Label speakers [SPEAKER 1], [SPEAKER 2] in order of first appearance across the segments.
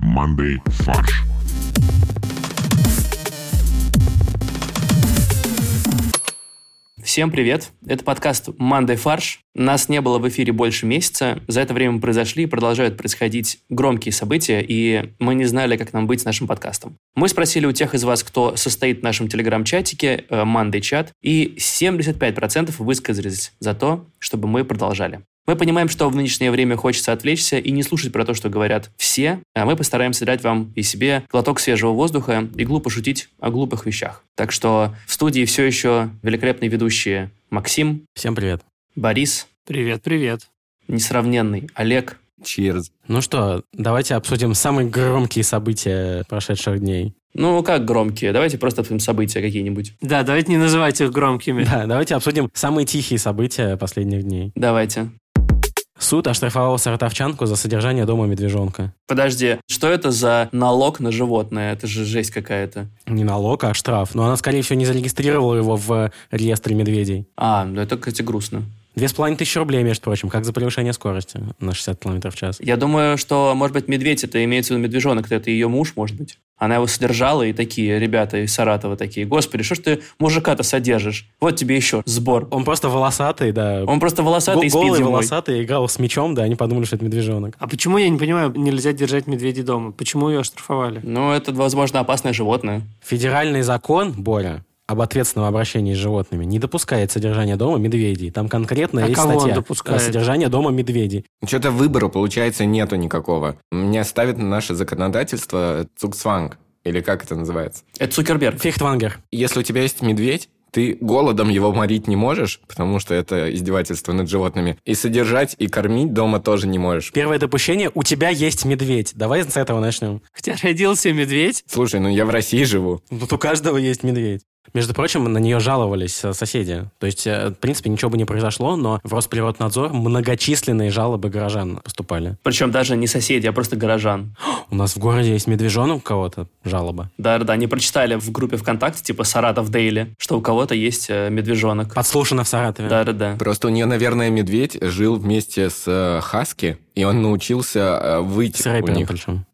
[SPEAKER 1] командой «Фарш».
[SPEAKER 2] Всем привет! Это подкаст «Мандай фарш». Нас не было в эфире больше месяца. За это время произошли и продолжают происходить громкие события, и мы не знали, как нам быть с нашим подкастом. Мы спросили у тех из вас, кто состоит в нашем телеграм-чатике э, «Мандай чат», и 75% высказались за то, чтобы мы продолжали. Мы понимаем, что в нынешнее время хочется отвлечься и не слушать про то, что говорят все, а мы постараемся дать вам и себе глоток свежего воздуха и глупо шутить о глупых вещах. Так что в студии все еще великолепные ведущие Максим,
[SPEAKER 3] Всем привет.
[SPEAKER 2] Борис,
[SPEAKER 4] Привет, привет.
[SPEAKER 2] несравненный Олег.
[SPEAKER 5] Чирз.
[SPEAKER 3] Ну что, давайте обсудим самые громкие события прошедших дней.
[SPEAKER 2] Ну, как громкие? Давайте просто обсудим события какие-нибудь.
[SPEAKER 4] Да, давайте не называть их громкими.
[SPEAKER 3] Да, давайте обсудим самые тихие события последних дней.
[SPEAKER 2] Давайте.
[SPEAKER 3] Суд оштрафовал саратовчанку за содержание дома медвежонка.
[SPEAKER 2] Подожди, что это за налог на животное? Это же жесть какая-то.
[SPEAKER 3] Не налог, а штраф. Но она, скорее всего, не зарегистрировала его в реестре медведей.
[SPEAKER 2] А, ну это, кстати, грустно.
[SPEAKER 3] Две с половиной тысячи рублей, между прочим, как за превышение скорости на 60 км в час.
[SPEAKER 2] Я думаю, что, может быть, медведь это имеется в виду медвежонок, это ее муж, может быть. Она его содержала, и такие ребята из Саратова такие, господи, что ж ты мужика-то содержишь? Вот тебе еще сбор.
[SPEAKER 3] Он просто волосатый, да.
[SPEAKER 2] Он просто
[SPEAKER 3] Го-
[SPEAKER 2] волосатый и спит
[SPEAKER 3] голый,
[SPEAKER 2] зимой.
[SPEAKER 3] волосатый, играл с мячом, да, они подумали, что это медвежонок.
[SPEAKER 4] А почему, я не понимаю, нельзя держать медведей дома? Почему ее оштрафовали?
[SPEAKER 2] Ну, это, возможно, опасное животное.
[SPEAKER 3] Федеральный закон, Боря, об ответственном обращении с животными не допускает содержание дома медведей. Там конкретно
[SPEAKER 4] А
[SPEAKER 3] есть
[SPEAKER 4] кого он
[SPEAKER 3] статья
[SPEAKER 4] допускает?
[SPEAKER 3] содержание дома медведей.
[SPEAKER 5] Что-то выбора, получается, нету никакого. Мне ставит наше законодательство цуксванг, или как это называется.
[SPEAKER 2] Это Цукерберг.
[SPEAKER 3] Фихтвангер.
[SPEAKER 5] Если у тебя есть медведь, ты голодом его морить не можешь, потому что это издевательство над животными. И содержать, и кормить дома тоже не можешь.
[SPEAKER 3] Первое допущение – у тебя есть медведь. Давай с этого начнем.
[SPEAKER 4] Хотя родился медведь.
[SPEAKER 5] Слушай, ну я в России живу.
[SPEAKER 3] Тут у каждого есть медведь. Между прочим, на нее жаловались э, соседи. То есть, э, в принципе, ничего бы не произошло, но в Росприроднадзор многочисленные жалобы горожан поступали.
[SPEAKER 2] Причем даже не соседи, а просто горожан.
[SPEAKER 3] У нас в городе есть медвежонок у кого-то жалоба.
[SPEAKER 2] Да-да, не прочитали в группе ВКонтакте, типа Саратов Дейли, что у кого-то есть э, медвежонок.
[SPEAKER 3] Подслушано в Саратове.
[SPEAKER 2] Да-да-да.
[SPEAKER 5] Просто у нее, наверное, медведь жил вместе с э, Хаски, и он научился э, выть
[SPEAKER 3] С
[SPEAKER 5] у
[SPEAKER 3] рэпером
[SPEAKER 5] них.
[SPEAKER 3] причем.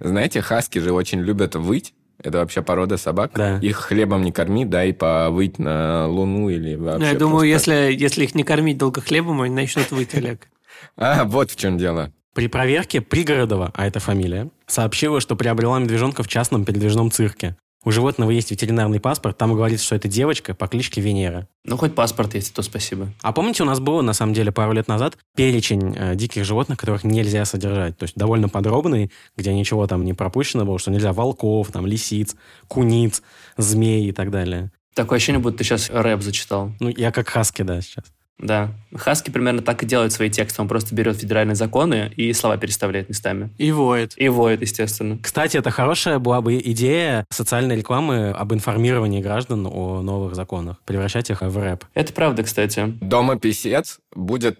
[SPEAKER 5] Знаете, хаски же очень любят выть. Это вообще порода собак.
[SPEAKER 3] Да.
[SPEAKER 5] Их хлебом не корми, дай повыть на луну или
[SPEAKER 4] Ну,
[SPEAKER 5] вообще...
[SPEAKER 4] я думаю,
[SPEAKER 5] просто-
[SPEAKER 4] если, если их не кормить долго хлебом, они начнут выть, Олег.
[SPEAKER 5] А, вот в чем дело.
[SPEAKER 3] При проверке Пригородова, а это фамилия, сообщила, что приобрела медвежонка в частном передвижном цирке. У животного есть ветеринарный паспорт, там говорится, что это девочка по кличке Венера.
[SPEAKER 2] Ну, хоть паспорт есть, то спасибо.
[SPEAKER 3] А помните, у нас было, на самом деле, пару лет назад перечень э, диких животных, которых нельзя содержать. То есть довольно подробный, где ничего там не пропущено было, что нельзя волков, там, лисиц, куниц, змей и так далее.
[SPEAKER 2] Такое ощущение, будто ты сейчас рэп зачитал.
[SPEAKER 3] Ну, я как хаски, да, сейчас.
[SPEAKER 2] Да. Хаски примерно так и делает свои тексты. Он просто берет федеральные законы и слова переставляет местами.
[SPEAKER 4] И воет.
[SPEAKER 2] И воет, естественно.
[SPEAKER 3] Кстати, это хорошая была бы идея социальной рекламы об информировании граждан о новых законах, превращать их в рэп.
[SPEAKER 2] Это правда, кстати.
[SPEAKER 5] Дома писец будет...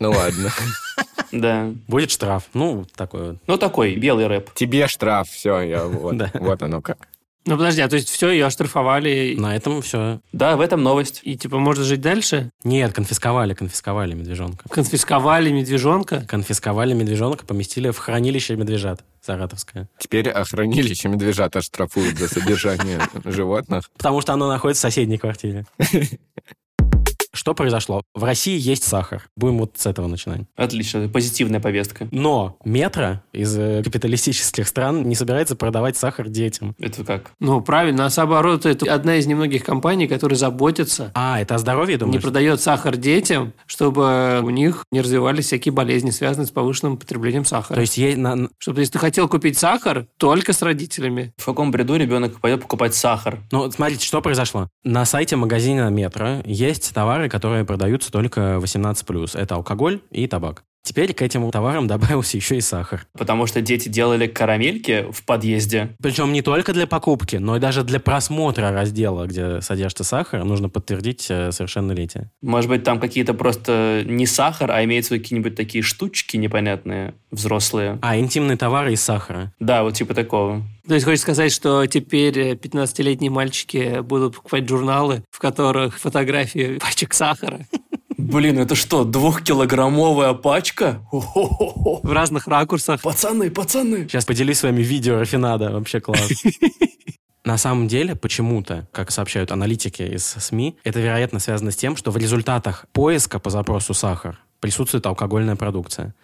[SPEAKER 5] Ну ладно.
[SPEAKER 2] Да.
[SPEAKER 3] Будет штраф. Ну, такой вот.
[SPEAKER 2] Ну, такой белый рэп.
[SPEAKER 5] Тебе штраф, все, я вот.
[SPEAKER 3] Да.
[SPEAKER 5] Вот оно как.
[SPEAKER 4] Ну, подожди, а то есть все, ее оштрафовали,
[SPEAKER 3] На этом все.
[SPEAKER 2] Да, в этом новость.
[SPEAKER 4] и, типа, можно жить дальше?
[SPEAKER 3] Нет, конфисковали, конфисковали медвежонка.
[SPEAKER 4] Конфисковали медвежонка?
[SPEAKER 3] Конфисковали медвежонка, поместили в хранилище медвежат Саратовское.
[SPEAKER 5] Теперь о хранилище медвежата штрафуют за содержание животных.
[SPEAKER 3] Потому что оно находится в соседней квартире. Что произошло? В России есть сахар. Будем вот с этого начинать.
[SPEAKER 2] Отлично, позитивная повестка.
[SPEAKER 3] Но метро из э, капиталистических стран не собирается продавать сахар детям.
[SPEAKER 2] Это как?
[SPEAKER 4] Ну, правильно, а Сабаорот это одна из немногих компаний, которые заботятся
[SPEAKER 3] А, это о здоровье,
[SPEAKER 4] не
[SPEAKER 3] думаешь?
[SPEAKER 4] продает сахар детям, чтобы у них не развивались всякие болезни, связанные с повышенным потреблением сахара.
[SPEAKER 3] То есть, есть на,
[SPEAKER 4] Чтобы если ты хотел купить сахар, только с родителями.
[SPEAKER 2] В каком бреду ребенок пойдет покупать сахар?
[SPEAKER 3] Ну, вот смотрите, что произошло. На сайте магазина «Метро» есть товары, которые продаются только 18+. Это алкоголь и табак. Теперь к этим товарам добавился еще и сахар.
[SPEAKER 2] Потому что дети делали карамельки в подъезде.
[SPEAKER 3] Причем не только для покупки, но и даже для просмотра раздела, где содержится сахар, нужно подтвердить э, совершеннолетие.
[SPEAKER 2] Может быть, там какие-то просто не сахар, а имеются в виду какие-нибудь такие штучки непонятные, взрослые.
[SPEAKER 3] А, интимные товары из сахара.
[SPEAKER 2] Да, вот типа такого.
[SPEAKER 4] То есть хочешь сказать, что теперь э, 15-летние мальчики будут покупать журналы, в которых фотографии пачек сахара.
[SPEAKER 2] Блин, это что, двухкилограммовая пачка? Хо-хо-хо-хо.
[SPEAKER 4] В разных ракурсах.
[SPEAKER 2] Пацаны, пацаны!
[SPEAKER 3] Сейчас поделюсь с вами видео Рафинада. Вообще класс. На самом деле, почему-то, как сообщают аналитики из СМИ, это, вероятно, связано с тем, что в результатах поиска по запросу «сахар» присутствует алкогольная продукция.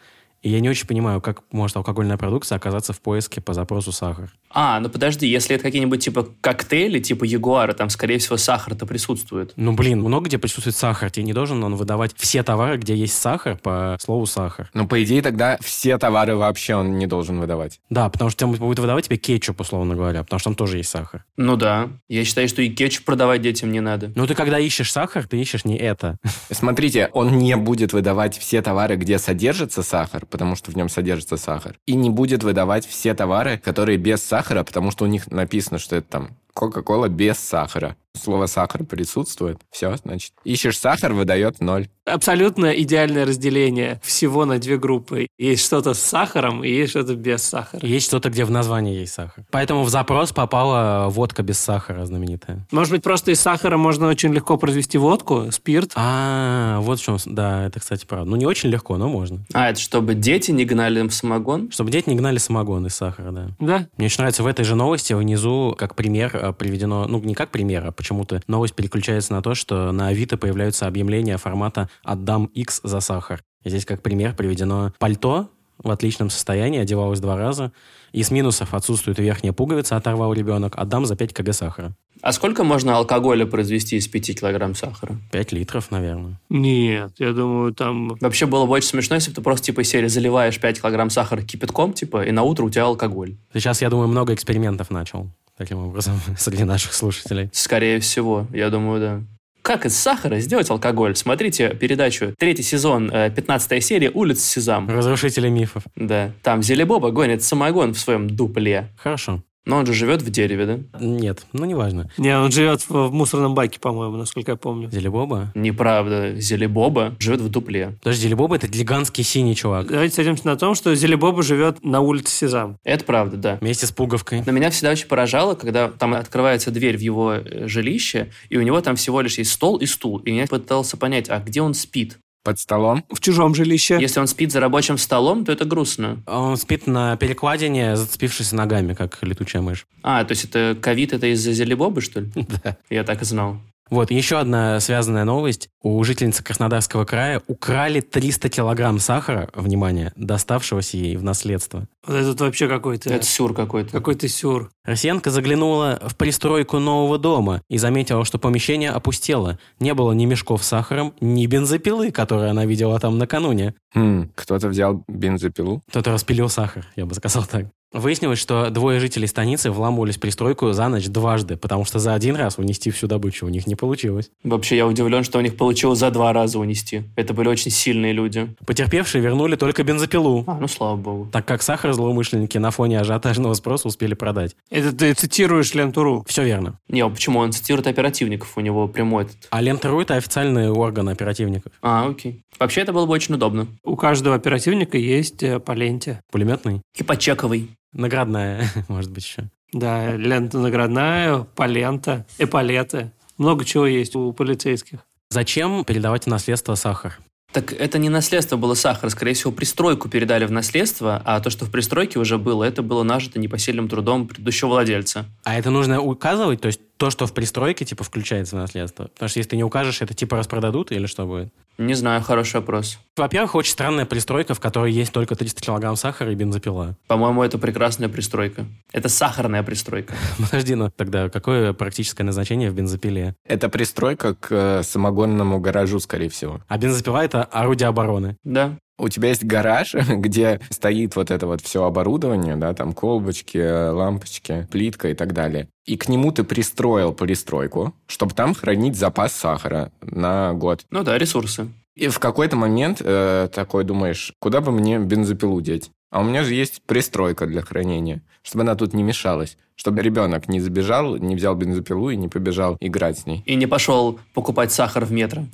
[SPEAKER 3] И я не очень понимаю, как может алкогольная продукция оказаться в поиске по запросу «сахар».
[SPEAKER 2] А, ну подожди, если это какие-нибудь типа коктейли, типа Ягуара, там, скорее всего, сахар-то присутствует.
[SPEAKER 3] Ну, блин, много где присутствует сахар. Тебе не должен он выдавать все товары, где есть сахар, по слову «сахар».
[SPEAKER 5] Но, Ну, по идее, тогда все товары вообще он не должен выдавать.
[SPEAKER 3] Да, потому что тебе будет выдавать тебе кетчуп, условно говоря, потому что там тоже есть сахар.
[SPEAKER 2] Ну да. Я считаю, что и кетчуп продавать детям не надо.
[SPEAKER 3] Ну, ты когда ищешь сахар, ты ищешь не это.
[SPEAKER 5] Смотрите, он не будет выдавать все товары, где содержится сахар, потому что в нем содержится сахар. И не будет выдавать все товары, которые без сахара, потому что у них написано, что это там Кока-кола без сахара. Слово сахар присутствует. Все, значит. Ищешь сахар, выдает ноль.
[SPEAKER 4] Абсолютно идеальное разделение всего на две группы. Есть что-то с сахаром и есть что-то без сахара.
[SPEAKER 3] Есть что-то, где в названии есть сахар. Поэтому в запрос попала водка без сахара знаменитая.
[SPEAKER 4] Может быть, просто из сахара можно очень легко произвести водку, спирт.
[SPEAKER 3] А, вот в чем... с- Да, это, кстати, правда. Ну, не очень легко, но можно.
[SPEAKER 2] А, это чтобы дети не гнали им самогон?
[SPEAKER 3] Чтобы дети не гнали самогон из сахара, да.
[SPEAKER 4] Да?
[SPEAKER 3] Мне очень нравится в этой же новости внизу, как пример э, приведено, ну, не как пример, а почему-то новость переключается на то, что на Авито появляются объявления формата «Отдам X за сахар». И Здесь как пример приведено пальто в отличном состоянии, одевалось два раза. Из минусов отсутствует верхняя пуговица, оторвал ребенок, отдам за 5 кг сахара.
[SPEAKER 2] А сколько можно алкоголя произвести из 5 килограмм сахара?
[SPEAKER 3] 5 литров, наверное.
[SPEAKER 4] Нет, я думаю, там...
[SPEAKER 2] Вообще было бы очень смешно, если бы ты просто типа из серии заливаешь 5 килограмм сахара кипятком, типа, и на утро у тебя алкоголь.
[SPEAKER 3] Сейчас, я думаю, много экспериментов начал таким образом среди наших слушателей.
[SPEAKER 2] Скорее всего, я думаю, да. Как из сахара сделать алкоголь? Смотрите передачу. Третий сезон, э, 15 серия «Улица Сезам».
[SPEAKER 3] Разрушители мифов.
[SPEAKER 2] Да, там Зелебоба гонит самогон в своем дупле.
[SPEAKER 3] Хорошо.
[SPEAKER 2] Но он же живет в дереве, да?
[SPEAKER 3] Нет, ну неважно.
[SPEAKER 4] Не, он живет в, в мусорном баке, по-моему, насколько я помню.
[SPEAKER 3] Зелебоба?
[SPEAKER 2] Неправда, Зелебоба живет в дупле.
[SPEAKER 3] Подожди, Зелебоба это гигантский синий чувак.
[SPEAKER 4] Давайте сойдемся на том, что Зелебоба живет на улице Сезам.
[SPEAKER 2] Это правда, да.
[SPEAKER 3] Вместе с пуговкой.
[SPEAKER 2] Но меня всегда очень поражало, когда там открывается дверь в его э, жилище, и у него там всего лишь есть стол и стул. И я пытался понять, а где он спит?
[SPEAKER 5] Под столом.
[SPEAKER 4] В чужом жилище.
[SPEAKER 2] Если он спит за рабочим столом, то это грустно.
[SPEAKER 3] А Он спит на перекладине, зацепившись ногами, как летучая мышь.
[SPEAKER 2] А, то есть это ковид, это из-за зелебобы, что ли? Да. Я так и знал.
[SPEAKER 3] Вот, еще одна связанная новость. У жительницы Краснодарского края украли 300 килограмм сахара, внимание, доставшегося ей в наследство.
[SPEAKER 4] Вот этот вообще какой-то...
[SPEAKER 2] Это сюр какой-то.
[SPEAKER 4] Какой-то сюр.
[SPEAKER 3] Россиянка заглянула в пристройку нового дома и заметила, что помещение опустело. Не было ни мешков с сахаром, ни бензопилы, которую она видела там накануне.
[SPEAKER 5] Хм, кто-то взял бензопилу.
[SPEAKER 3] Кто-то распилил сахар, я бы сказал так. Выяснилось, что двое жителей станицы вламывались в пристройку за ночь дважды, потому что за один раз унести всю добычу у них не получилось.
[SPEAKER 2] Вообще, я удивлен, что у них получилось за два раза унести. Это были очень сильные люди.
[SPEAKER 3] Потерпевшие вернули только бензопилу,
[SPEAKER 2] А, ну слава богу.
[SPEAKER 3] так как сахар злоумышленники на фоне ажиотажного спроса успели продать.
[SPEAKER 4] Это ты цитируешь лентуру.
[SPEAKER 3] Все верно.
[SPEAKER 2] Не, а почему? Он цитирует оперативников, у него прямой этот.
[SPEAKER 3] А Лента.ру — это официальный орган оперативников.
[SPEAKER 2] А, окей. Вообще, это было бы очень удобно.
[SPEAKER 4] У каждого оперативника есть э, по ленте.
[SPEAKER 3] Пулеметный.
[SPEAKER 2] И почековый.
[SPEAKER 3] Наградная, может быть, еще.
[SPEAKER 4] Да, лента наградная, полента, эполеты. Много чего есть у полицейских.
[SPEAKER 3] Зачем передавать в наследство сахар?
[SPEAKER 2] Так это не наследство было сахар, скорее всего, пристройку передали в наследство, а то, что в пристройке уже было, это было нажито непосильным трудом предыдущего владельца.
[SPEAKER 3] А это нужно указывать, то есть то, что в пристройке, типа, включается в наследство. Потому что если ты не укажешь, это типа распродадут или что будет?
[SPEAKER 2] Не знаю, хороший вопрос.
[SPEAKER 3] Во-первых, очень странная пристройка, в которой есть только 300 килограмм сахара и бензопила.
[SPEAKER 2] По-моему, это прекрасная пристройка. Это сахарная пристройка.
[SPEAKER 3] Подожди, ну тогда какое практическое назначение в бензопиле?
[SPEAKER 5] Это пристройка к э, самогонному гаражу, скорее всего.
[SPEAKER 3] А бензопила — это орудие обороны.
[SPEAKER 2] Да.
[SPEAKER 5] У тебя есть гараж, где стоит вот это вот все оборудование, да, там колбочки, э, лампочки, плитка и так далее. И к нему ты пристроил пристройку, чтобы там хранить запас сахара на год.
[SPEAKER 2] Ну да, ресурсы.
[SPEAKER 5] И в какой-то момент э, такой думаешь, куда бы мне бензопилу деть? А у меня же есть пристройка для хранения, чтобы она тут не мешалась. чтобы ребенок не забежал, не взял бензопилу и не побежал играть с ней.
[SPEAKER 2] И не пошел покупать сахар в метро.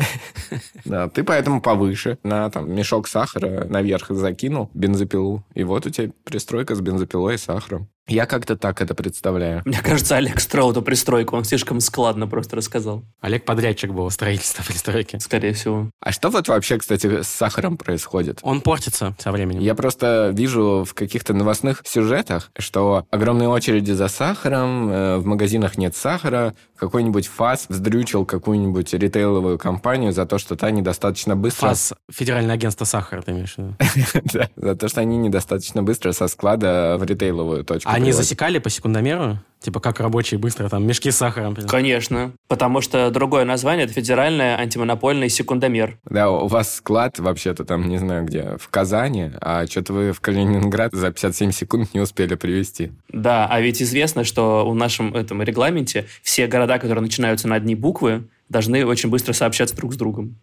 [SPEAKER 5] Да, ты поэтому повыше на там мешок сахара наверх закинул бензопилу, и вот у тебя пристройка с бензопилой и сахаром. Я как-то так это представляю.
[SPEAKER 2] Мне кажется, Олег строил эту пристройку. Он слишком складно просто рассказал,
[SPEAKER 3] Олег подрядчик был строительства пристройки.
[SPEAKER 2] скорее всего.
[SPEAKER 5] А что вот вообще, кстати, с сахаром происходит?
[SPEAKER 3] Он портится со временем.
[SPEAKER 5] Я просто вижу в каких-то новостных сюжетах, что огромные очереди за сахаром, э, в магазинах нет сахара, какой-нибудь ФАС вздрючил какую-нибудь ритейловую компанию за то, что та недостаточно быстро...
[SPEAKER 3] ФАС, Федеральное агентство сахара, ты имеешь в виду?
[SPEAKER 5] Да, за то, что они недостаточно быстро со склада в ритейловую точку
[SPEAKER 3] Они
[SPEAKER 5] привозят.
[SPEAKER 3] засекали по секундомеру? Типа как рабочие быстро там мешки с сахаром.
[SPEAKER 2] Конечно. Потому что другое название – это федеральное антимонопольный секундомер.
[SPEAKER 5] Да, у вас склад вообще-то там, не знаю где, в Казани, а что-то вы в Калининград за 57 секунд не успели привезти.
[SPEAKER 2] Да, а ведь известно, что в нашем этом регламенте все города, которые начинаются на одни буквы, должны очень быстро сообщаться друг с другом.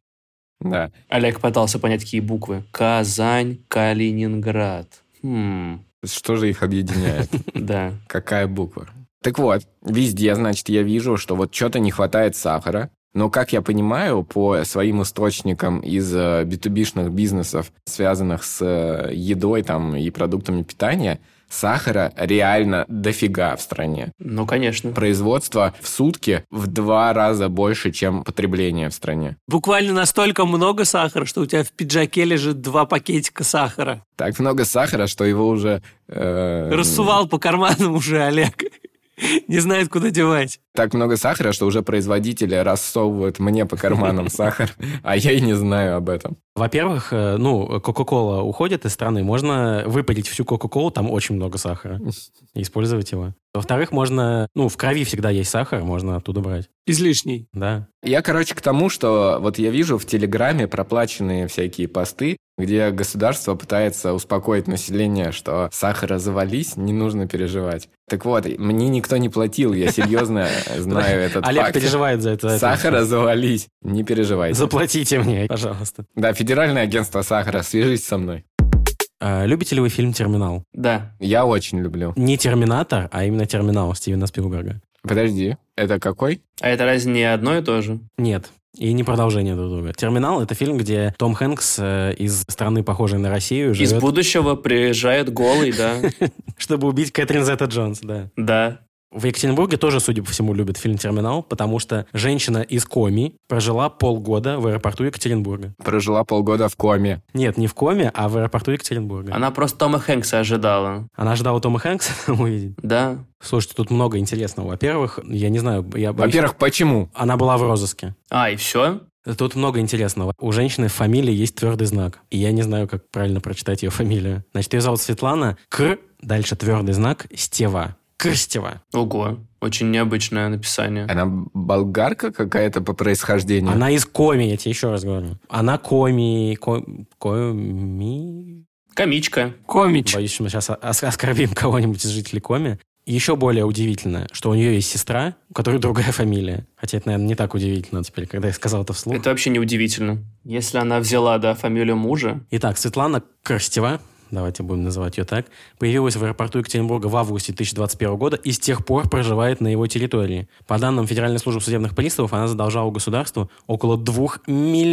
[SPEAKER 5] Да.
[SPEAKER 2] Олег пытался понять, какие буквы. Казань, Калининград. Хм,
[SPEAKER 5] Что же их объединяет?
[SPEAKER 2] да.
[SPEAKER 5] Какая буква? Так вот, везде, значит, я вижу, что вот что-то не хватает сахара. Но, как я понимаю, по своим источникам из э, B2B-шных бизнесов, связанных с э, едой там, и продуктами питания, сахара реально дофига в стране.
[SPEAKER 2] Ну, конечно.
[SPEAKER 5] Производство в сутки в два раза больше, чем потребление в стране.
[SPEAKER 4] Буквально настолько много сахара, что у тебя в пиджаке лежит два пакетика сахара.
[SPEAKER 5] Так много сахара, что его уже... э,
[SPEAKER 4] Рассувал по карманам уже Олег. Не знает, куда девать.
[SPEAKER 5] так много сахара, что уже производители рассовывают мне по карманам сахар, а я и не знаю об этом.
[SPEAKER 3] Во-первых, э, ну, Кока-Кола уходит из страны, можно выпарить всю Кока-Колу, там очень много сахара, и использовать его. Во-вторых, можно, ну, в крови всегда есть сахар, можно оттуда брать,
[SPEAKER 4] Излишний.
[SPEAKER 3] да.
[SPEAKER 5] Я, короче, к тому, что вот я вижу в Телеграме проплаченные всякие посты, где государство пытается успокоить население, что сахара завались, не нужно переживать. Так вот, мне никто не платил, я серьезно знаю этот
[SPEAKER 3] Олег
[SPEAKER 5] факт.
[SPEAKER 3] переживает за это.
[SPEAKER 5] Сахара завались, не переживайте.
[SPEAKER 3] Заплатите мне, пожалуйста.
[SPEAKER 5] Да, Федеральное агентство сахара, свяжись со мной.
[SPEAKER 3] А, любите ли вы фильм «Терминал»?
[SPEAKER 2] Да.
[SPEAKER 5] Я очень люблю.
[SPEAKER 3] Не «Терминатор», а именно «Терминал» Стивена Спилберга.
[SPEAKER 5] Подожди, это какой?
[SPEAKER 2] А это разве не одно и то же?
[SPEAKER 3] Нет. И не продолжение друг друга. «Терминал» — это фильм, где Том Хэнкс э, из страны, похожей на Россию,
[SPEAKER 2] Из
[SPEAKER 3] живет,
[SPEAKER 2] будущего приезжает голый, да.
[SPEAKER 3] чтобы убить Кэтрин Зета-Джонс, да.
[SPEAKER 2] Да.
[SPEAKER 3] В Екатеринбурге тоже, судя по всему, любят фильм «Терминал», потому что женщина из Коми прожила полгода в аэропорту Екатеринбурга.
[SPEAKER 5] Прожила полгода в коме.
[SPEAKER 3] Нет, не в Коме, а в аэропорту Екатеринбурга. Она,
[SPEAKER 2] Она просто Тома Хэнкса ожидала.
[SPEAKER 3] ждала Тома Хэнкса там увидеть.
[SPEAKER 2] Да.
[SPEAKER 3] Слушайте, тут много интересного. Во-первых, я не знаю, я боюсь-
[SPEAKER 5] Во-первых, почему?
[SPEAKER 3] она была в розыске.
[SPEAKER 2] А, и все?
[SPEAKER 3] Тут много интересного. У женщины в фамилии есть твердый знак. И я не знаю, как правильно прочитать ее фамилию. Значит, ее зовут Светлана Кр, дальше твердый знак Стева. Кырстева.
[SPEAKER 2] Ого. Очень необычное написание.
[SPEAKER 5] Она болгарка какая-то по происхождению?
[SPEAKER 3] Она из Коми, я тебе еще раз говорю. Она Коми... ко- Коми...
[SPEAKER 2] Комичка.
[SPEAKER 4] Комич.
[SPEAKER 3] Боюсь, что мы сейчас оскорбим кого-нибудь из жителей Коми. Еще более удивительно, что у нее есть сестра, у которой другая фамилия. Хотя это, наверное, не так удивительно теперь, когда я сказал это вслух.
[SPEAKER 2] Это вообще не удивительно. Если она взяла, да, фамилию мужа,
[SPEAKER 3] Итак, Светлана Корстева, давайте будем называть ее так, появилась в аэропорту Екатеринбурга в августе 2021 года и с тех пор проживает на его территории. По данным Федеральной службы судебных приставов, она задолжала государству около двух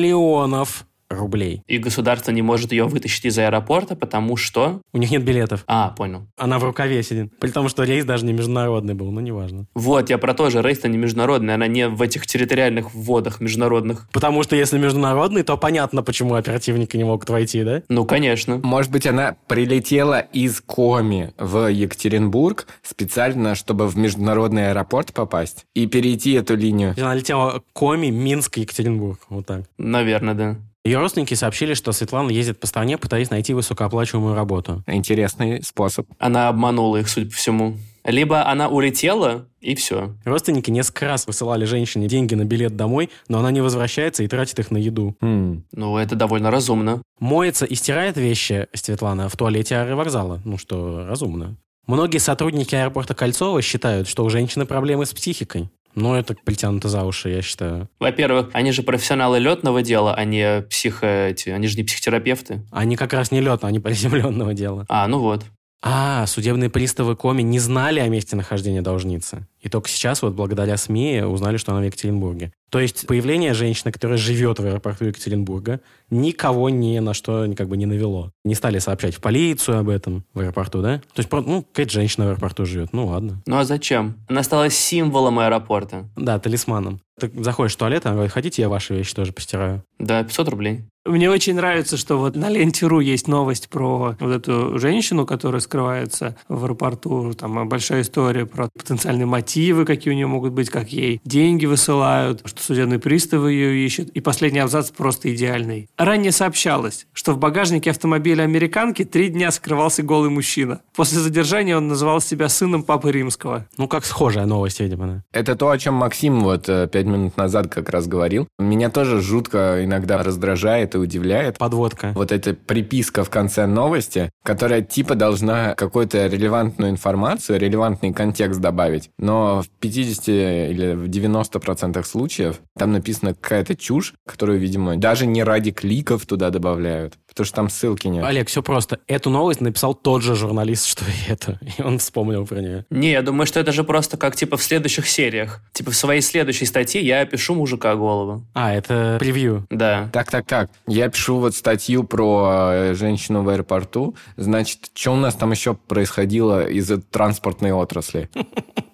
[SPEAKER 3] миллионов рублей.
[SPEAKER 2] и государство не может ее вытащить из аэропорта, потому что...
[SPEAKER 3] У них нет билетов.
[SPEAKER 2] А, понял.
[SPEAKER 3] Она в рукаве сидит. При том, что рейс даже не международный был, ну неважно.
[SPEAKER 2] Вот, я про то же. Рейс-то не международный, она не в этих территориальных водах международных.
[SPEAKER 3] Потому что если международный, то понятно, почему оперативники не могут войти, да?
[SPEAKER 2] Ну, конечно.
[SPEAKER 5] Может быть, она прилетела из Коми в Екатеринбург специально, чтобы в международный аэропорт попасть и перейти эту линию.
[SPEAKER 3] Она летела Коми, Минск, Екатеринбург. Вот так.
[SPEAKER 2] Наверное, да.
[SPEAKER 3] Ее родственники сообщили, что Светлана ездит по стране, пытаясь найти высокооплачиваемую работу.
[SPEAKER 5] Интересный способ.
[SPEAKER 2] Она обманула их, судя по всему. Либо она улетела, и все.
[SPEAKER 3] Родственники несколько раз высылали женщине деньги на билет домой, но она не возвращается и тратит их на еду.
[SPEAKER 5] М.
[SPEAKER 2] Ну, это довольно разумно.
[SPEAKER 3] Моется и стирает вещи Светлана в туалете аэровокзала, ну что разумно. Многие сотрудники аэропорта Кольцова считают, что у женщины проблемы с психикой. Но это притянуто за уши, я считаю.
[SPEAKER 2] Во-первых, они же профессионалы летного дела, а не психо... эти- Они же не психотерапевты.
[SPEAKER 3] Они как раз не лед, они приземленного а дела.
[SPEAKER 2] А, ну вот.
[SPEAKER 3] А, судебные приставы Коми не знали о месте нахождения должницы. И только сейчас, вот благодаря СМИ, узнали, что она в Екатеринбурге. То есть появление женщины, которая живет в аэропорту Екатеринбурга, никого ни на что как бы не навело. Не стали сообщать в полицию об этом в аэропорту, да? То есть, про- ну, какая-то женщина в аэропорту живет, ну ладно.
[SPEAKER 2] Ну а зачем? Она стала символом аэропорта.
[SPEAKER 3] Да, талисманом. Ты заходишь в туалет, она говорит, хотите, я ваши вещи тоже постираю?
[SPEAKER 2] Да, 500 рублей.
[SPEAKER 4] Мне очень нравится, что вот на Ленте.ру есть новость про вот эту женщину, которая скрывается в аэропорту. Там большая история про потенциальные мотивы, какие у нее могут быть, как ей деньги высылают, что судебные приставы ее ищут. И последний абзац просто идеальный. Ранее сообщалось, что в багажнике автомобиля американки три дня скрывался голый мужчина. После задержания он называл себя сыном Папы Римского.
[SPEAKER 3] Ну, как схожая новость, видимо, да.
[SPEAKER 5] Это то, о чем Максим вот э, пять минут назад как раз говорил. Меня тоже жутко иногда раздражает и удивляет.
[SPEAKER 3] Подводка.
[SPEAKER 5] Вот эта приписка в конце новости, которая типа должна какую-то релевантную информацию, релевантный контекст добавить. Но в 50 или в 90% случаев там написана какая-то чушь, которую, видимо, даже не ради кликов туда добавляют. Потому что там ссылки нет.
[SPEAKER 3] Олег, все просто. Эту новость написал тот же журналист, что и это. И он вспомнил про нее.
[SPEAKER 2] Не, я думаю, что это же просто как типа в следующих сериях. Типа в своей следующей статье я опишу мужика голову.
[SPEAKER 3] А, это превью.
[SPEAKER 2] Да.
[SPEAKER 5] Так, так, так. Я пишу вот статью про э, женщину в аэропорту. Значит, что у нас там еще происходило из транспортной отрасли?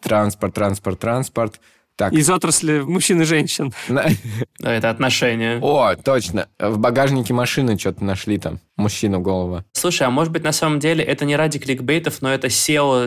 [SPEAKER 5] Транспорт, транспорт, транспорт. Так.
[SPEAKER 4] Из отрасли мужчин и женщин.
[SPEAKER 5] на-
[SPEAKER 2] Да, это отношения.
[SPEAKER 5] О, точно. В багажнике машины что-то нашли там. Мужчину голова.
[SPEAKER 2] Слушай, а может быть на самом деле это не ради кликбейтов, но это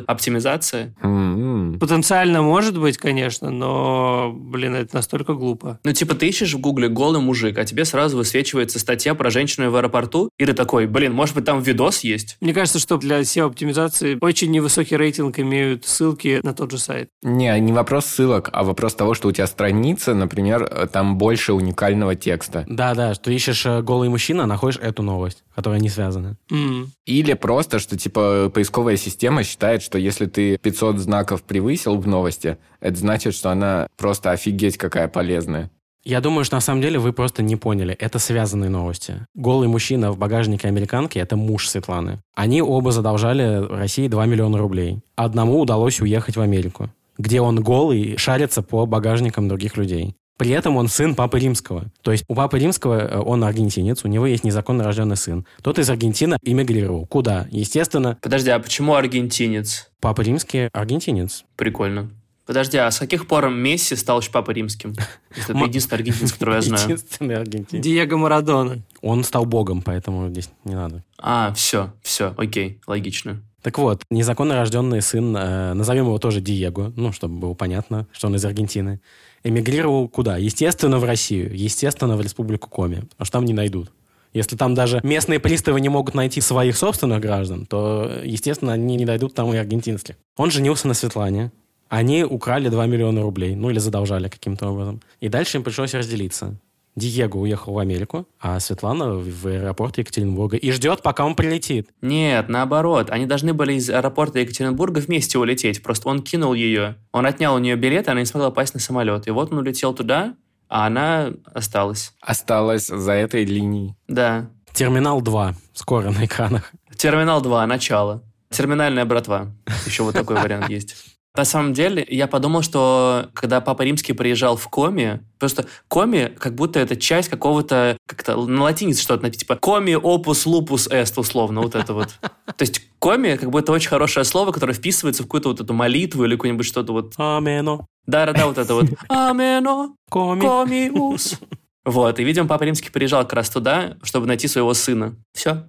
[SPEAKER 2] SEO-оптимизация?
[SPEAKER 5] М-м.
[SPEAKER 4] Потенциально может быть, конечно, но, блин, это настолько глупо.
[SPEAKER 2] Ну, типа, ты ищешь в Гугле голый мужик, а тебе сразу высвечивается статья про женщину в аэропорту, и ты такой, блин, может быть, там видос есть?
[SPEAKER 4] Мне кажется, что для SEO-оптимизации очень невысокий рейтинг имеют ссылки на тот же сайт.
[SPEAKER 5] Не, не вопрос ссылок, а вопрос того, что у тебя страница, например, э, там больше уникального текста.
[SPEAKER 3] Да-да, что ищешь э, голый мужчина, находишь эту новость, которая не связана.
[SPEAKER 4] М.
[SPEAKER 5] Или просто, что типа поисковая система считает, что если ты 500 знаков превысил в новости, это значит, что она просто офигеть какая полезная.
[SPEAKER 3] Я думаю, что на самом деле вы просто не поняли. Это связанные новости. Голый мужчина в багажнике американки – это муж Светланы. Они оба задолжали России 2 миллиона рублей. Одному удалось уехать в Америку, где он голый шарится по багажникам других людей. При этом он сын Папы Римского. То есть у Папы Римского э, он аргентинец, у него есть незаконно рожденный сын. Тот из Аргентины эмигрировал. Куда? Естественно,
[SPEAKER 2] Подожди, а почему аргентинец?
[SPEAKER 3] Папа Римский аргентинец.
[SPEAKER 2] Прикольно. Подожди, а с каких пор Месси стал еще папой римским? Если Это
[SPEAKER 3] Ма-
[SPEAKER 2] единственный аргентинец, которого я знаю.
[SPEAKER 3] Единственный аргентинец.
[SPEAKER 4] Диего Марадона.
[SPEAKER 3] Он стал богом, поэтому здесь не надо.
[SPEAKER 2] А, все, все, окей, логично.
[SPEAKER 3] Так вот, незаконно рожденный сын, э, назовем его тоже Диего, ну, чтобы было понятно, что он из Аргентины, эмигрировал куда? Естественно, в Россию, естественно, в Республику Коми, потому что там не найдут. Если там даже местные приставы не могут найти своих собственных граждан, то, э, естественно, они не найдут там и аргентинских. Он женился на Светлане, они украли 2 миллиона рублей, ну или задолжали каким-то образом. И дальше им пришлось разделиться. Диего уехал в Америку, а Светлана в аэропорт Екатеринбурга и ждет, пока он прилетит.
[SPEAKER 2] Нет, наоборот, они должны были из аэропорта Екатеринбурга вместе улететь, просто он кинул ее. Он отнял у нее билет, и она не смогла попасть на самолет. И вот он улетел туда, а она осталась.
[SPEAKER 5] Осталось за этой линией.
[SPEAKER 2] Да.
[SPEAKER 3] Терминал 2. Скоро на экранах.
[SPEAKER 2] Терминал 2, начало. Терминальная братва. Еще вот такой вариант есть. На самом деле, я подумал, что когда Папа Римский приезжал в Коми, просто Коми как будто это часть какого-то, как-то на латинице что-то написано, типа Коми опус лупус эст, условно, вот это вот. То есть Коми как будто очень хорошее слово, которое вписывается в какую-то вот эту молитву или какую-нибудь что-то вот.
[SPEAKER 3] Амено.
[SPEAKER 2] Да-да-да, вот это вот. Амено,
[SPEAKER 3] Коми.
[SPEAKER 2] Комиус. Вот, и, видимо, Папа Римский приезжал как раз туда, чтобы найти своего сына. Все.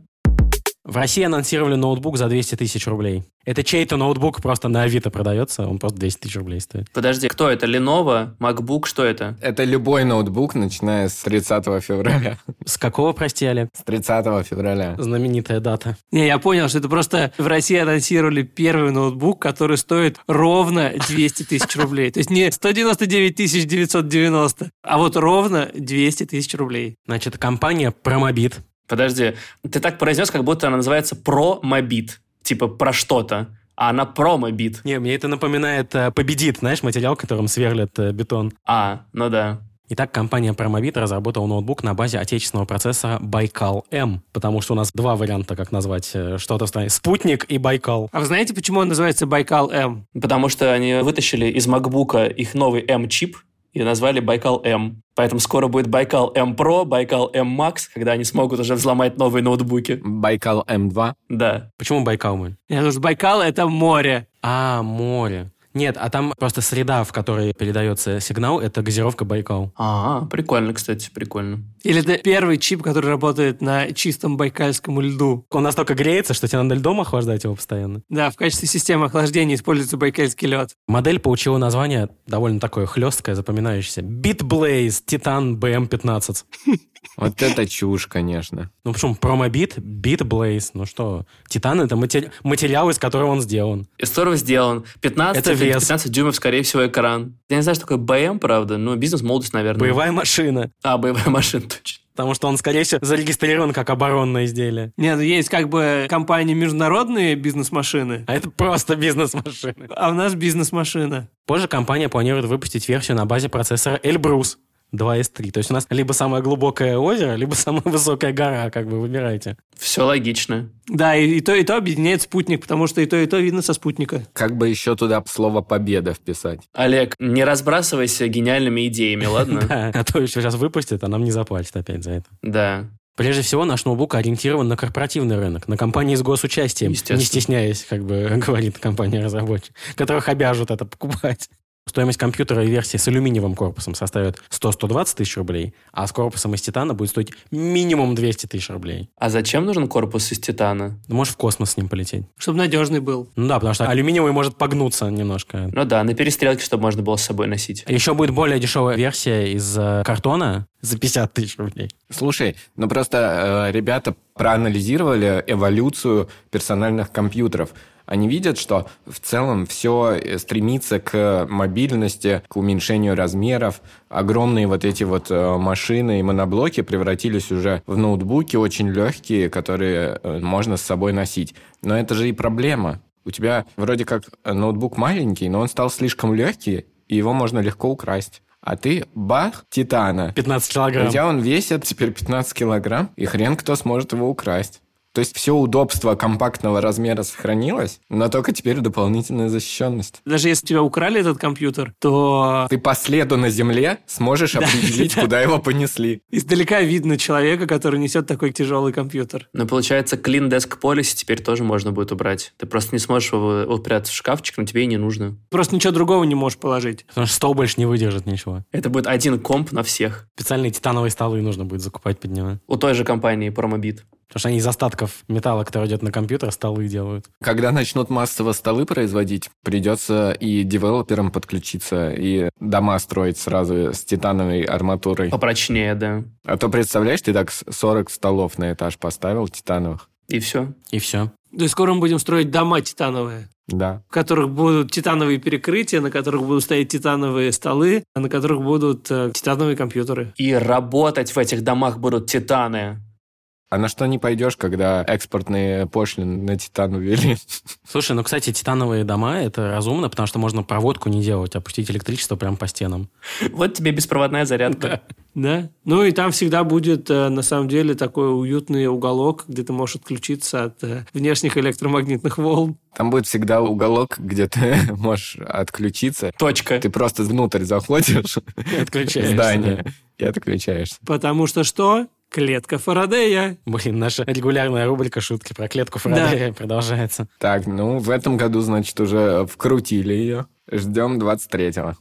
[SPEAKER 3] В России анонсировали ноутбук за 200 тысяч рублей. Это чей-то ноутбук просто на Авито продается, он просто 200 тысяч рублей стоит.
[SPEAKER 2] Подожди, кто это? Lenovo? MacBook? Что это?
[SPEAKER 5] Это любой ноутбук, начиная с 30 февраля.
[SPEAKER 3] С какого, прости, Олег?
[SPEAKER 5] С 30 февраля.
[SPEAKER 3] Знаменитая дата.
[SPEAKER 4] Не, я понял, что это просто в России анонсировали первый ноутбук, который стоит ровно 200 тысяч рублей. То есть не 199 тысяч 990, а вот ровно 200 тысяч рублей.
[SPEAKER 3] Значит, компания Промобит.
[SPEAKER 2] Подожди, ты так произнес, как будто она называется промобит. Типа про что-то. А она промобит.
[SPEAKER 3] Не, мне это напоминает э, «Победит», знаешь, материал, которым сверлят э, бетон.
[SPEAKER 2] А, ну да.
[SPEAKER 3] Итак, компания Promobit разработала ноутбук на базе отечественного процессора Байкал-М, потому что у нас два варианта, как назвать э, что-то в стране. Спутник и Байкал.
[SPEAKER 4] А вы знаете, почему он называется Байкал-М?
[SPEAKER 2] Потому что они вытащили из макбука их новый M-чип и назвали Байкал M. Поэтому скоро будет Байкал M Pro, Байкал M Max, когда они смогут уже взломать новые ноутбуки.
[SPEAKER 5] Байкал М2.
[SPEAKER 2] Да.
[SPEAKER 3] Почему Байкал мы?
[SPEAKER 4] Я думаю, что Байкал — это море.
[SPEAKER 3] А, море. Нет, а там просто среда, в которой передается сигнал, это газировка Байкал.
[SPEAKER 2] А, прикольно, кстати, прикольно.
[SPEAKER 4] Или это первый чип, который работает на чистом байкальском льду.
[SPEAKER 3] Он настолько греется, что тебе надо льдом охлаждать его постоянно.
[SPEAKER 4] Да, в качестве системы охлаждения используется байкальский лед.
[SPEAKER 3] Модель получила название довольно такое хлесткое, запоминающееся. BitBlaze Titan BM15.
[SPEAKER 5] Вот это чушь, конечно.
[SPEAKER 3] Ну почему? Промобит, BitBlaze. Ну что, Титан это матери- материал, из которого он сделан.
[SPEAKER 2] И здорово сделан. 15,
[SPEAKER 3] Это вес.
[SPEAKER 2] 15 дюймов, скорее всего, экран. Я не знаю, что такое БМ, правда, но бизнес-молодость, наверное.
[SPEAKER 3] Боевая машина.
[SPEAKER 2] А, боевая машина, точно.
[SPEAKER 3] Потому что он, скорее всего, зарегистрирован как оборонное изделие.
[SPEAKER 4] Нет, ну, есть как бы компании международные бизнес-машины,
[SPEAKER 3] А это просто бизнес-машина.
[SPEAKER 4] а у нас бизнес-машина.
[SPEAKER 3] Позже компания планирует выпустить версию на базе процессора Эльбрус 2S3. То есть у нас либо самое глубокое озеро, либо самая высокая гора, как бы выбирайте.
[SPEAKER 2] Все логично.
[SPEAKER 4] Да, и, и то, и то объединяет спутник, потому что и то, и то видно со спутника.
[SPEAKER 5] Как бы еще туда слово «победа» вписать.
[SPEAKER 2] Олег, не разбрасывайся гениальными идеями, ладно?
[SPEAKER 3] Да, а то еще сейчас выпустят, а нам не заплатят опять за это.
[SPEAKER 2] Да.
[SPEAKER 3] Прежде всего, наш ноутбук ориентирован на корпоративный рынок, на компании с госучастием,
[SPEAKER 2] Естественно.
[SPEAKER 3] не стесняясь, как бы говорит компания-разработчик, которых обяжут это покупать. Стоимость компьютера и версии с алюминиевым корпусом составит 100-120 тысяч рублей, а с корпусом из титана будет стоить минимум 200 тысяч рублей.
[SPEAKER 2] А зачем нужен корпус из титана?
[SPEAKER 3] Ну, Можешь в космос с ним полететь.
[SPEAKER 4] Чтобы надежный был.
[SPEAKER 3] Ну да, потому что алюминиевый может погнуться немножко.
[SPEAKER 2] Ну да, на перестрелке, чтобы можно было с собой носить.
[SPEAKER 3] Еще будет более дешевая версия из э, картона за 50 тысяч рублей.
[SPEAKER 5] Слушай, ну просто э, ребята проанализировали эволюцию персональных компьютеров. Они видят, что в целом все стремится к мобильности, к уменьшению размеров. Огромные вот эти вот э, машины и моноблоки превратились уже в ноутбуки очень легкие, которые э, можно с собой носить. Но это же и проблема. У тебя вроде как ноутбук маленький, но он стал слишком легкий, и его можно легко украсть. А ты бах, титана.
[SPEAKER 3] 15 килограмм.
[SPEAKER 5] Хотя он весит теперь 15 килограмм, и хрен кто сможет его украсть. То есть все удобство компактного размера сохранилось, но только теперь дополнительная защищенность.
[SPEAKER 4] Даже если тебя украли этот компьютер, то
[SPEAKER 5] Ты по следу на земле сможешь определить, куда его понесли.
[SPEAKER 4] издалека видно человека, который несет такой тяжелый компьютер.
[SPEAKER 2] Но Ну, получается, Clean Desk Policy теперь тоже можно будет убрать. Ты просто не сможешь его упрятать в шкафчик, но тебе и не нужно.
[SPEAKER 4] Просто ничего другого не можешь положить.
[SPEAKER 3] Потому что стол больше не выдержит ничего.
[SPEAKER 2] Это будет один комп на всех.
[SPEAKER 3] Специальные титановые столы нужно будет закупать под него.
[SPEAKER 2] У той же компании Promobit.
[SPEAKER 3] Потому что они из остатков металла, который идет на компьютер, столы делают.
[SPEAKER 5] Когда начнут массово столы производить, придется и девелоперам подключиться, и дома строить сразу с титановой арматурой.
[SPEAKER 2] Попрочнее, да.
[SPEAKER 5] А то, представляешь, ты так с- 40 столов на этаж поставил титановых.
[SPEAKER 2] И все.
[SPEAKER 3] И все.
[SPEAKER 4] То есть скоро мы будем строить дома титановые,
[SPEAKER 5] Да.
[SPEAKER 4] в которых будут титановые перекрытия, на которых будут стоять титановые столы, а на которых будут э, титановые компьютеры.
[SPEAKER 2] И работать в этих домах будут титаны.
[SPEAKER 5] А на что не пойдешь, когда экспортные пошлины на титан увели?
[SPEAKER 3] Слушай, ну, кстати, титановые дома — это разумно, потому что можно проводку не делать, а пустить электричество прямо по стенам.
[SPEAKER 2] Вот тебе беспроводная зарядка.
[SPEAKER 4] Да? Ну и там всегда будет, э, на самом деле, такой уютный уголок, где ты можешь отключиться от э, внешних электромагнитных волн.
[SPEAKER 5] Там будет всегда уголок, где ты можешь отключиться.
[SPEAKER 2] Точка.
[SPEAKER 5] Ты просто внутрь заходишь
[SPEAKER 3] И Отключаешься.
[SPEAKER 5] здание
[SPEAKER 3] да.
[SPEAKER 5] и отключаешься.
[SPEAKER 4] Потому что что? Клетка Фарадея.
[SPEAKER 3] Блин, наша регулярная рубрика шутки про клетку Фарадея продолжается.
[SPEAKER 5] Так, ну, в этом году, значит, уже вкрутили ее. Ждем 23-го.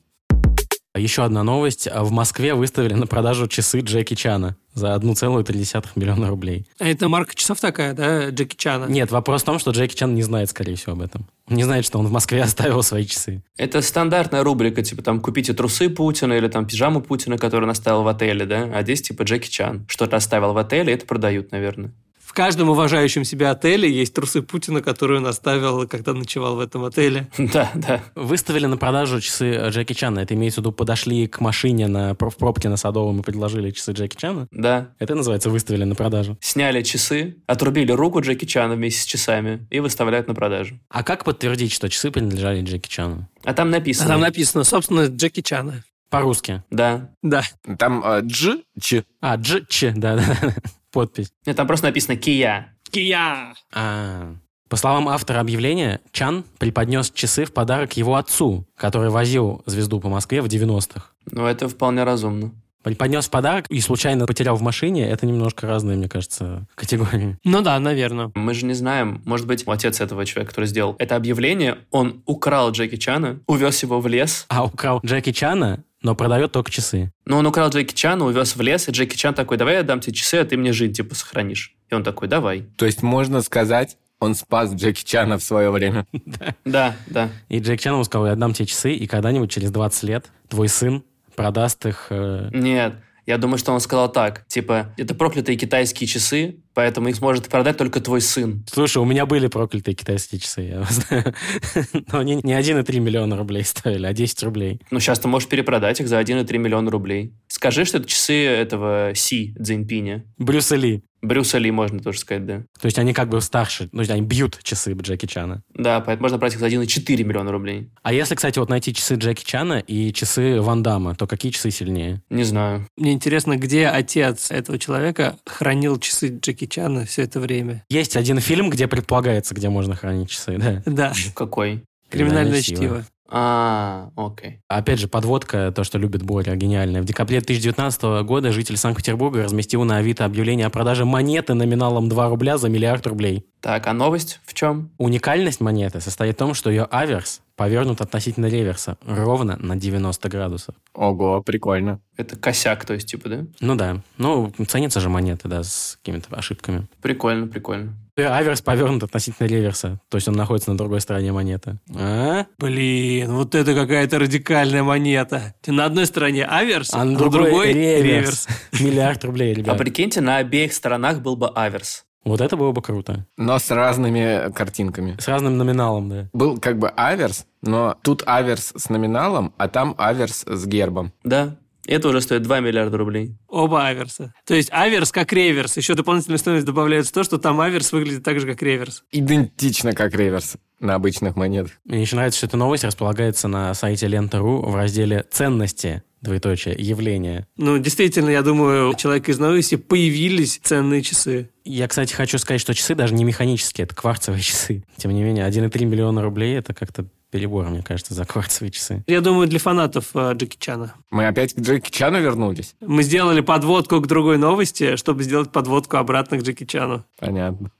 [SPEAKER 3] А Еще одна новость. А В Москве выставили на продажу часы Джеки Чана за 1,3 миллиона рублей.
[SPEAKER 4] А Это марка часов такая, да, Джеки Чана?
[SPEAKER 3] Нет, вопрос в том, что Джеки Чан не знает, скорее всего, об этом. Он не знает, что он в Москве оставил свои часы.
[SPEAKER 2] Это стандартная рубрика, типа там купите трусы Путина или там пижаму Путина, которую он оставил в отеле, да? А здесь типа Джеки Чан. Что-то оставил в отеле, это продают, наверное.
[SPEAKER 4] В каждом уважающем себя отеле есть трусы Путина, которые он оставил, когда ночевал в этом отеле.
[SPEAKER 2] Да, да.
[SPEAKER 3] Выставили на продажу часы э, Джеки Чана. Это имеется в виду, подошли к машине на, про- в пробке на Садовом и предложили часы Джеки Чана.
[SPEAKER 2] Да.
[SPEAKER 3] Это называется выставили на продажу.
[SPEAKER 2] Сняли часы, отрубили руку Джеки Чана вместе с часами и выставляют на продажу.
[SPEAKER 3] А как подтвердить, что часы принадлежали Джеки Чану?
[SPEAKER 2] А там написано.
[SPEAKER 4] А там написано, собственно, Джеки Чана.
[SPEAKER 3] По-русски.
[SPEAKER 2] Да.
[SPEAKER 4] Да.
[SPEAKER 5] Там э, Дж, Ч.
[SPEAKER 3] А, дж, ч, да, да. Подпись.
[SPEAKER 2] Нет, там просто написано «Кия».
[SPEAKER 4] Кия!
[SPEAKER 3] А, По словам автора объявления, Чан преподнес часы в подарок его отцу, который возил звезду по Москве в 90-х.
[SPEAKER 2] Ну, это вполне разумно.
[SPEAKER 3] Поднес в подарок и случайно потерял в машине, это немножко разные, мне кажется, категории.
[SPEAKER 4] Ну да, наверное.
[SPEAKER 2] Мы же не знаем, может быть, отец этого человека, который сделал это объявление, он украл Джеки Чана, увез его в лес.
[SPEAKER 3] А украл Джеки Чана, но продает только часы.
[SPEAKER 2] Но он украл Джеки Чана, увез в лес, и Джеки Чан такой, давай я дам тебе часы, а ты мне жизнь, типа, сохранишь. И он такой, давай.
[SPEAKER 5] То есть можно сказать, он спас Джеки Чана в свое время.
[SPEAKER 2] Да, да.
[SPEAKER 3] И Джек Чан ему сказал, я отдам тебе часы, и когда-нибудь через 20 лет твой сын продаст их... э,
[SPEAKER 2] Нет, я думаю, что он сказал так, типа, это проклятые китайские часы, поэтому их сможет продать только твой сын.
[SPEAKER 3] Слушай, у меня были проклятые китайские часы, я вас знаю. Но они не 1,3 миллиона рублей стоили, а 10 рублей.
[SPEAKER 2] Ну, сейчас ты можешь перепродать их за 1,3 миллиона рублей. Скажи, что это часы этого Си Цзиньпиня.
[SPEAKER 3] Брюса Ли.
[SPEAKER 2] Брюса Ли, можно тоже сказать, да.
[SPEAKER 3] То есть они как бы старше, ну, они бьют часы Джеки Чана.
[SPEAKER 2] Да, поэтому можно брать их за 1,4 миллиона рублей.
[SPEAKER 3] А если, кстати, вот найти часы Джеки Чана и часы Ван Дамма, то какие часы сильнее?
[SPEAKER 2] Не знаю.
[SPEAKER 4] Мне интересно, где отец этого человека хранил часы Джеки Чана все это время.
[SPEAKER 3] Есть один фильм, где предполагается, где можно хранить часы, да.
[SPEAKER 4] Да,
[SPEAKER 2] Какой?
[SPEAKER 4] криминальное
[SPEAKER 3] Криминальное чтиво.
[SPEAKER 4] чтиво.
[SPEAKER 2] А, окей.
[SPEAKER 3] Опять же, подводка, то, что любит Боря, гениальная. В декабре 2019 года житель Санкт-Петербурга разместил на Авито объявление о продаже монеты номиналом 2 рубля за миллиард рублей.
[SPEAKER 2] Так, а новость в чем?
[SPEAKER 3] Уникальность монеты состоит в том, что ее аверс повернут относительно реверса ровно на 90 градусов.
[SPEAKER 5] Ого, прикольно.
[SPEAKER 2] Это косяк, то есть, типа, да?
[SPEAKER 3] Ну да, ну ценятся же монеты, да, с какими-то ошибками.
[SPEAKER 2] Прикольно, прикольно.
[SPEAKER 3] Её Аверс повернут относительно реверса, то есть он находится на другой стороне монеты. А?
[SPEAKER 4] Блин, вот это какая-то радикальная монета. Ты на одной стороне аверс,
[SPEAKER 3] А на другой, реверс. Миллиард рублей,
[SPEAKER 2] А
[SPEAKER 3] ребят.
[SPEAKER 2] прикиньте, на обеих сторонах был бы аверс.
[SPEAKER 3] Вот это было бы круто.
[SPEAKER 5] Но с разными картинками.
[SPEAKER 3] С разным номиналом, да.
[SPEAKER 5] Был как бы аверс, но тут аверс с номиналом, а там аверс с гербом.
[SPEAKER 2] Да, это уже стоит 2 миллиарда рублей.
[SPEAKER 4] Оба аверса. То есть аверс как реверс. Еще дополнительную стоимость добавляется то, что там аверс выглядит так же, как реверс.
[SPEAKER 5] Идентично как реверс на обычных монетах.
[SPEAKER 3] Мне еще нравится, что эта новость располагается на сайте лента.ру в разделе «Ценности», двоеточие, «Явления».
[SPEAKER 4] Ну, действительно, я думаю, у человека из Новости появились ценные часы.
[SPEAKER 3] Я, кстати, хочу сказать, что часы даже не механические, это кварцевые часы. Тем не менее, 1,3 миллиона рублей – это как-то перебор, мне кажется, за кварцевые часы.
[SPEAKER 4] Я думаю, для фанатов э, Джеки Чана.
[SPEAKER 5] Мы опять к Джеки Чану вернулись?
[SPEAKER 4] Мы сделали подводку к другой новости, чтобы сделать подводку обратно к Джеки Чану.
[SPEAKER 5] Понятно.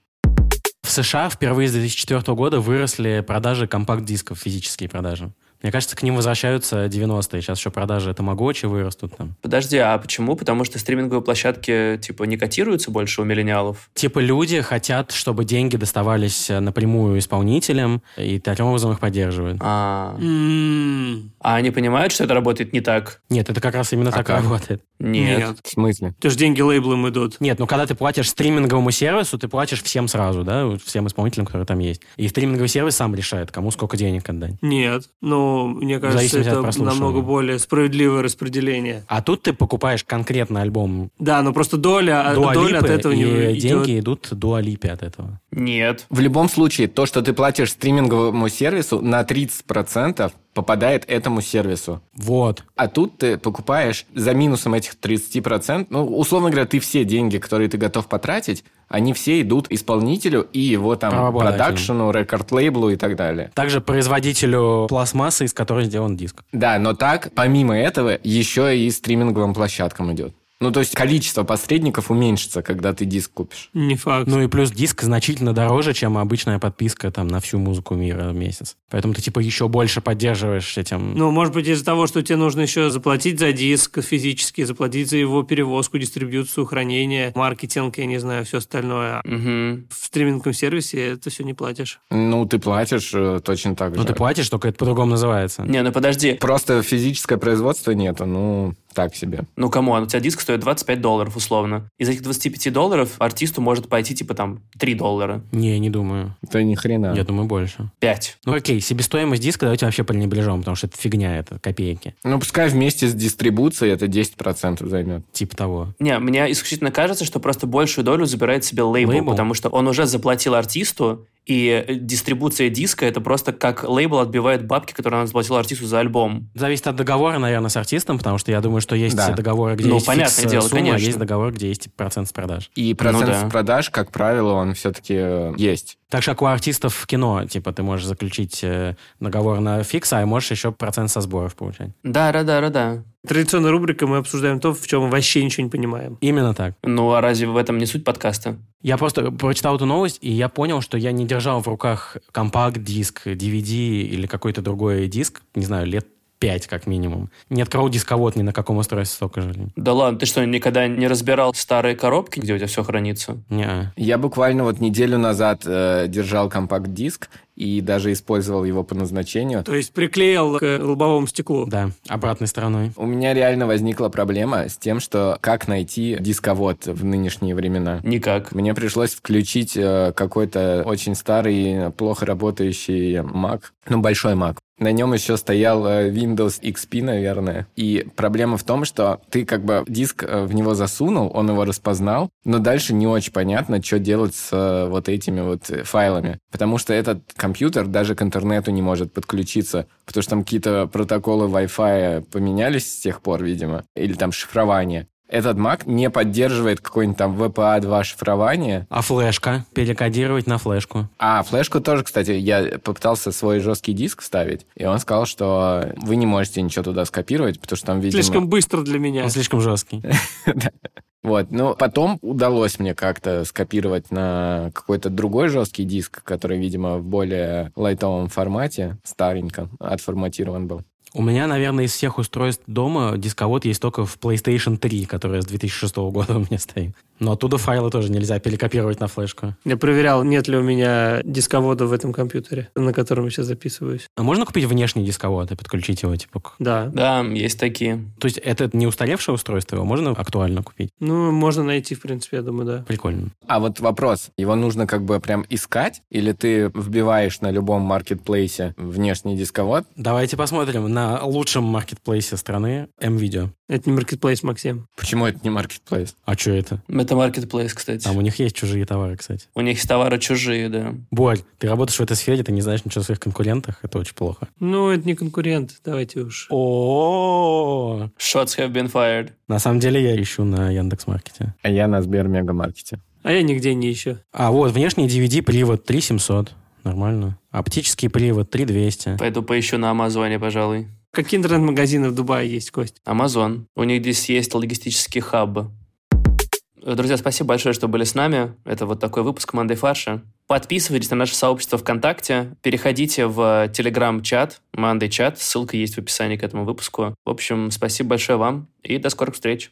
[SPEAKER 3] В США впервые с 2004 года выросли продажи компакт-дисков, физические продажи. Мне кажется, к ним возвращаются 90-е. Сейчас еще продажи тамагочи вырастут там.
[SPEAKER 2] Подожди, а почему? Потому что стриминговые площадки, типа, не котируются больше у миллениалов?
[SPEAKER 3] Типа люди хотят, чтобы деньги доставались э, напрямую исполнителям, и таким образом их поддерживают.
[SPEAKER 2] А,
[SPEAKER 4] М,
[SPEAKER 2] а они понимают, что это работает не так?
[SPEAKER 3] Нет, это как раз именно
[SPEAKER 5] А
[SPEAKER 3] так
[SPEAKER 5] как?
[SPEAKER 3] работает.
[SPEAKER 2] Нет.
[SPEAKER 5] В смысле?
[SPEAKER 4] То есть деньги лейблом идут.
[SPEAKER 3] Нет, ну когда ты платишь стриминговому сервису, ты платишь всем сразу, да, вот всем исполнителям, которые там есть. И стриминговый сервис сам решает, кому сколько денег отдать.
[SPEAKER 4] Нет. Ну, мне кажется,
[SPEAKER 3] зависимости от
[SPEAKER 4] это
[SPEAKER 3] прослушивания.
[SPEAKER 4] намного более справедливое распределение.
[SPEAKER 3] А тут ты покупаешь конкретно альбом
[SPEAKER 4] Да, но просто доля, а
[SPEAKER 3] Дуа
[SPEAKER 4] доля от
[SPEAKER 3] Липы,
[SPEAKER 4] этого
[SPEAKER 3] и
[SPEAKER 4] не идет.
[SPEAKER 3] деньги идут дуалипе от этого.
[SPEAKER 2] Нет.
[SPEAKER 5] В любом случае, то, что ты платишь стриминговому сервису, на 30% попадает этому сервису.
[SPEAKER 3] Вот.
[SPEAKER 5] А тут ты покупаешь за минусом этих 30%, ну, условно говоря, ты все деньги, которые ты готов потратить, они все идут исполнителю и его там
[SPEAKER 3] Правообладателю.
[SPEAKER 5] продакшену, рекорд-лейблу и так далее.
[SPEAKER 3] Также производителю пластмассы, из которой сделан диск.
[SPEAKER 5] Да, но так, помимо этого, еще и стриминговым площадкам идет. Ну, то есть количество посредников уменьшится, когда ты диск купишь.
[SPEAKER 4] Не факт.
[SPEAKER 3] Ну и плюс диск значительно дороже, чем обычная подписка там на всю музыку мира в месяц. Поэтому ты типа еще больше поддерживаешь этим.
[SPEAKER 4] Ну, может быть, из-за того, что тебе нужно еще заплатить за диск физически, заплатить за его перевозку, дистрибьюцию, хранение, маркетинг, я не знаю, все остальное. А
[SPEAKER 2] Мгм.
[SPEAKER 4] В стриминговом сервисе это все не платишь.
[SPEAKER 5] Ну, ты платишь э, точно так же.
[SPEAKER 3] Ну ты платишь, только это по-другому называется.
[SPEAKER 2] Не, ну подожди.
[SPEAKER 5] Просто физическое производство нету, ну, так себе.
[SPEAKER 2] Ну, камон, у тебя диск стоит 25 долларов условно. Из этих 25 долларов артисту может пойти, типа, там, 3 доллара.
[SPEAKER 3] Не, не думаю.
[SPEAKER 5] Это ни хрена.
[SPEAKER 3] Я думаю, больше.
[SPEAKER 2] 5.
[SPEAKER 3] Ну окей, себестоимость диска давайте вообще пренебрежем, потому что это фигня, это копейки.
[SPEAKER 5] Ну, пускай вместе с дистрибуцией это 10% займет.
[SPEAKER 3] Типа того.
[SPEAKER 2] Не, мне исключительно кажется, что просто большую долю забирает себе лейбл,
[SPEAKER 3] Лейбл?
[SPEAKER 2] потому что он уже заплатил артисту, И э, дистрибуция диска — это просто как лейбл отбивает бабки, которые она заплатила артисту за альбом.
[SPEAKER 3] Зависит от договора, наверное, с артистом, потому что я думаю, что есть
[SPEAKER 5] Да.
[SPEAKER 3] договоры, где
[SPEAKER 2] Ну,
[SPEAKER 3] есть
[SPEAKER 2] понятное
[SPEAKER 3] фикс, э,
[SPEAKER 2] дело,
[SPEAKER 3] сумма, а
[SPEAKER 2] конечно.
[SPEAKER 3] есть договор, где есть процент с продаж.
[SPEAKER 5] И процент
[SPEAKER 2] да.
[SPEAKER 5] с продаж, как правило, он все-таки есть.
[SPEAKER 3] Так же, как у артистов в кино, типа, ты можешь заключить э, договор на фикс, а можешь еще процент со сборов получать.
[SPEAKER 2] Да-да-да-да-да.
[SPEAKER 4] Традиционная рубрика мы обсуждаем то, в чем мы вообще ничего не понимаем.
[SPEAKER 3] Именно так.
[SPEAKER 2] Ну, а разве в этом не суть подкаста?
[SPEAKER 3] Я просто прочитал эту новость, и я понял, что я не держал в руках компакт-диск, DVD или какой-то другой диск, не знаю, лет пять как минимум. Не открыл дисковод ни на каком устройстве столько же.
[SPEAKER 2] Да ладно, ты что, никогда не разбирал старые коробки, где у тебя все хранится?
[SPEAKER 3] Не,
[SPEAKER 5] Я буквально вот неделю назад э, держал компакт-диск и даже использовал его по назначению.
[SPEAKER 4] То есть приклеил к э, лобовому стеклу.
[SPEAKER 3] да, обратной стороной.
[SPEAKER 5] У меня реально возникла проблема с тем, что как найти дисковод в нынешние времена.
[SPEAKER 2] Никак.
[SPEAKER 5] Мне пришлось включить э, какой-то очень старый, плохо работающий Mac, ну, большой Mac. На нем еще стоял э, Windows XP, наверное. И проблема в том, что ты как бы диск э, в него засунул, он его распознал, но дальше не очень понятно, что делать с э, вот этими вот э, файлами. Потому что этот компьютер даже к интернету не может подключиться, потому что там какие-то протоколы Wi-Fi поменялись с тех пор, видимо, или там шифрование. Этот Mac не поддерживает какой-нибудь там VPA 2 шифрование.
[SPEAKER 3] А флешка? Перекодировать на флешку.
[SPEAKER 5] А флешку тоже, кстати, я попытался свой жесткий диск вставить, и он сказал, что вы не можете ничего туда скопировать, потому что там, видимо...
[SPEAKER 4] Слишком быстро для меня.
[SPEAKER 3] Он слишком жесткий.
[SPEAKER 5] Вот, но потом удалось мне как-то скопировать на какой-то другой жесткий диск, который, видимо, в более лайтовом формате, старенько, отформатирован был.
[SPEAKER 3] У меня, наверное, из всех устройств дома дисковод есть только в PlayStation 3, которая с 2006 года у меня стоит. Но оттуда файлы тоже нельзя перекопировать на флешку.
[SPEAKER 4] Я проверял, нет ли у меня дисковода в этом компьютере, на котором я сейчас записываюсь.
[SPEAKER 3] А можно купить внешний дисковод и подключить его, типа, к-
[SPEAKER 4] Да.
[SPEAKER 2] Да, есть такие.
[SPEAKER 3] То есть это не устаревшее устройство, его можно актуально купить?
[SPEAKER 4] Ну, можно найти, в принципе, я думаю, да.
[SPEAKER 3] Прикольно.
[SPEAKER 5] А вот вопрос, его нужно как бы прям искать, или ты вбиваешь на любом маркетплейсе внешний дисковод,
[SPEAKER 3] Давайте посмотрим на лучшем маркетплейсе страны M-Video.
[SPEAKER 4] Это не маркетплейс, Максим.
[SPEAKER 5] Почему это не маркетплейс?
[SPEAKER 3] А что это?
[SPEAKER 2] Это маркетплейс, кстати.
[SPEAKER 3] Там у них есть чужие товары, кстати.
[SPEAKER 2] У них товары чужие, да.
[SPEAKER 3] Борь, ты работаешь в этой сфере, ты не знаешь ничего о своих конкурентах, это очень плохо.
[SPEAKER 4] Ну, это не конкурент, давайте уж.
[SPEAKER 3] О,
[SPEAKER 2] Shots have been fired.
[SPEAKER 3] на самом деле я ищу на Яндекс.Маркете.
[SPEAKER 5] А я на Сбермегамаркете.
[SPEAKER 4] А я нигде не ищу.
[SPEAKER 3] А вот внешний DVD привод 3700, нормально. Оптический привод 3200.
[SPEAKER 2] Пойду поищу на Амазоне, пожалуй.
[SPEAKER 4] Какие интернет-магазины в Дубае есть, Кость?
[SPEAKER 2] Амазон. У них здесь есть логистические хаббы. Друзья, спасибо большое, что были с нами. Это вот такой выпуск «Мандай Фарша». Подписывайтесь на наше сообщество ВКонтакте, переходите в Телеграм-чат, «Мандай Чат», ссылка есть в описании к этому выпуску. В общем, спасибо большое вам и до скорых встреч.